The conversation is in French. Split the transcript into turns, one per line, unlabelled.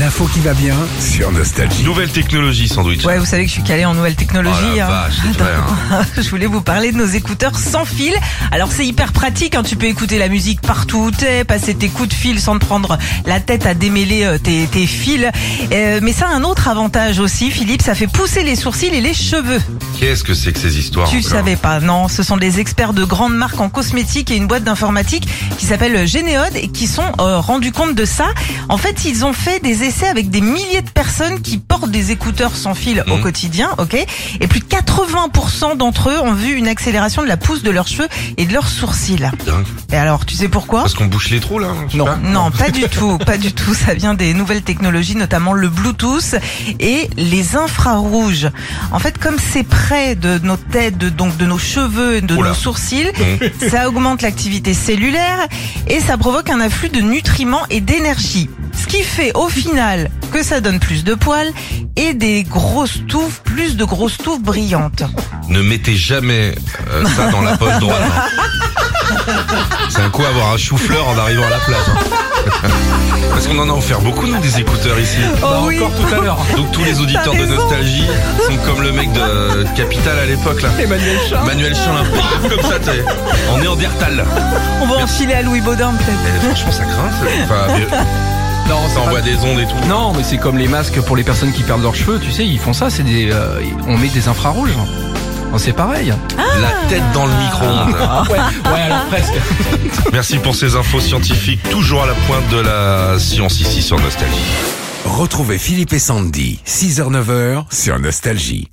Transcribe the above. l'info qui va bien.
sur Nostalgie.
Nouvelle technologie, sandwich.
Ouais, hein. vous savez que je suis calée en nouvelles technologies.
Oh la vache,
Ah,
c'est vrai, hein.
Je voulais vous parler de nos écouteurs sans fil. Alors c'est hyper pratique, hein, tu peux écouter la musique partout où t'es, passer tes coups de fil sans te prendre la tête à démêler euh, tes, tes fils. Euh, mais ça a un autre avantage aussi, Philippe, ça fait pousser les sourcils et les cheveux.
Qu'est-ce que c'est que ces histoires
Tu
encore
savais pas, non. Ce sont des experts de grandes marques en cosmétique et une boîte d'informatique qui s'appelle Généode et qui sont euh, rendus compte de ça. En fait, ils ont fait des essais avec des milliers de personnes qui portent des écouteurs sans fil au
Mhm.
quotidien, ok Et plus de 80% d'entre eux ont vu une accélération de la pousse de leurs cheveux et de leurs sourcils.
Dingue.
Et alors, tu sais pourquoi
Parce qu'on bouche les trous là hein, je sais pas.
non, pas du tout, pas du tout. Ça vient des nouvelles technologies, notamment le Bluetooth et les infrarouges. En fait, comme c'est près de nos têtes, de, donc de nos cheveux, et de
Oula.
nos sourcils,
Non.
ça augmente l'activité cellulaire et ça provoque un afflux de nutriments et d'énergie. Ce qui fait au final que ça donne plus de poils et des grosses touffes, plus de grosses touffes brillantes.
Ne mettez jamais euh, ça dans la poche droite. hein. C'est un coup avoir un chou-fleur en arrivant à la plage. hein. Parce qu'on en a offert beaucoup, nous, des écouteurs ici.
Oh oui.
Bah, Encore tout à l'heure.
Donc tous les auditeurs de
raison.
Nostalgie sont comme le mec de euh, Capital à l'époque, là.
Emmanuel Charles.
Manuel Chien, là, paf, comme ça, t'es en néandertal.
On va enfiler à Louis Baudin peut-être.
Eh, franchement, ça craint. ça. Enfin, mais
Non,
ça envoie des ondes et tout.
Non, mais c'est comme les masques pour les personnes qui perdent leurs cheveux, tu sais, ils font ça, c'est des. euh, on met des infrarouges. Oh, C'est pareil.
La tête dans le micro-ondes.
ouais, ouais, alors presque.
Merci pour ces infos scientifiques, toujours à la pointe de la science ici sur Nostalgie.
Retrouvez Philippe et Sandy, 6h-9h sur Nostalgie.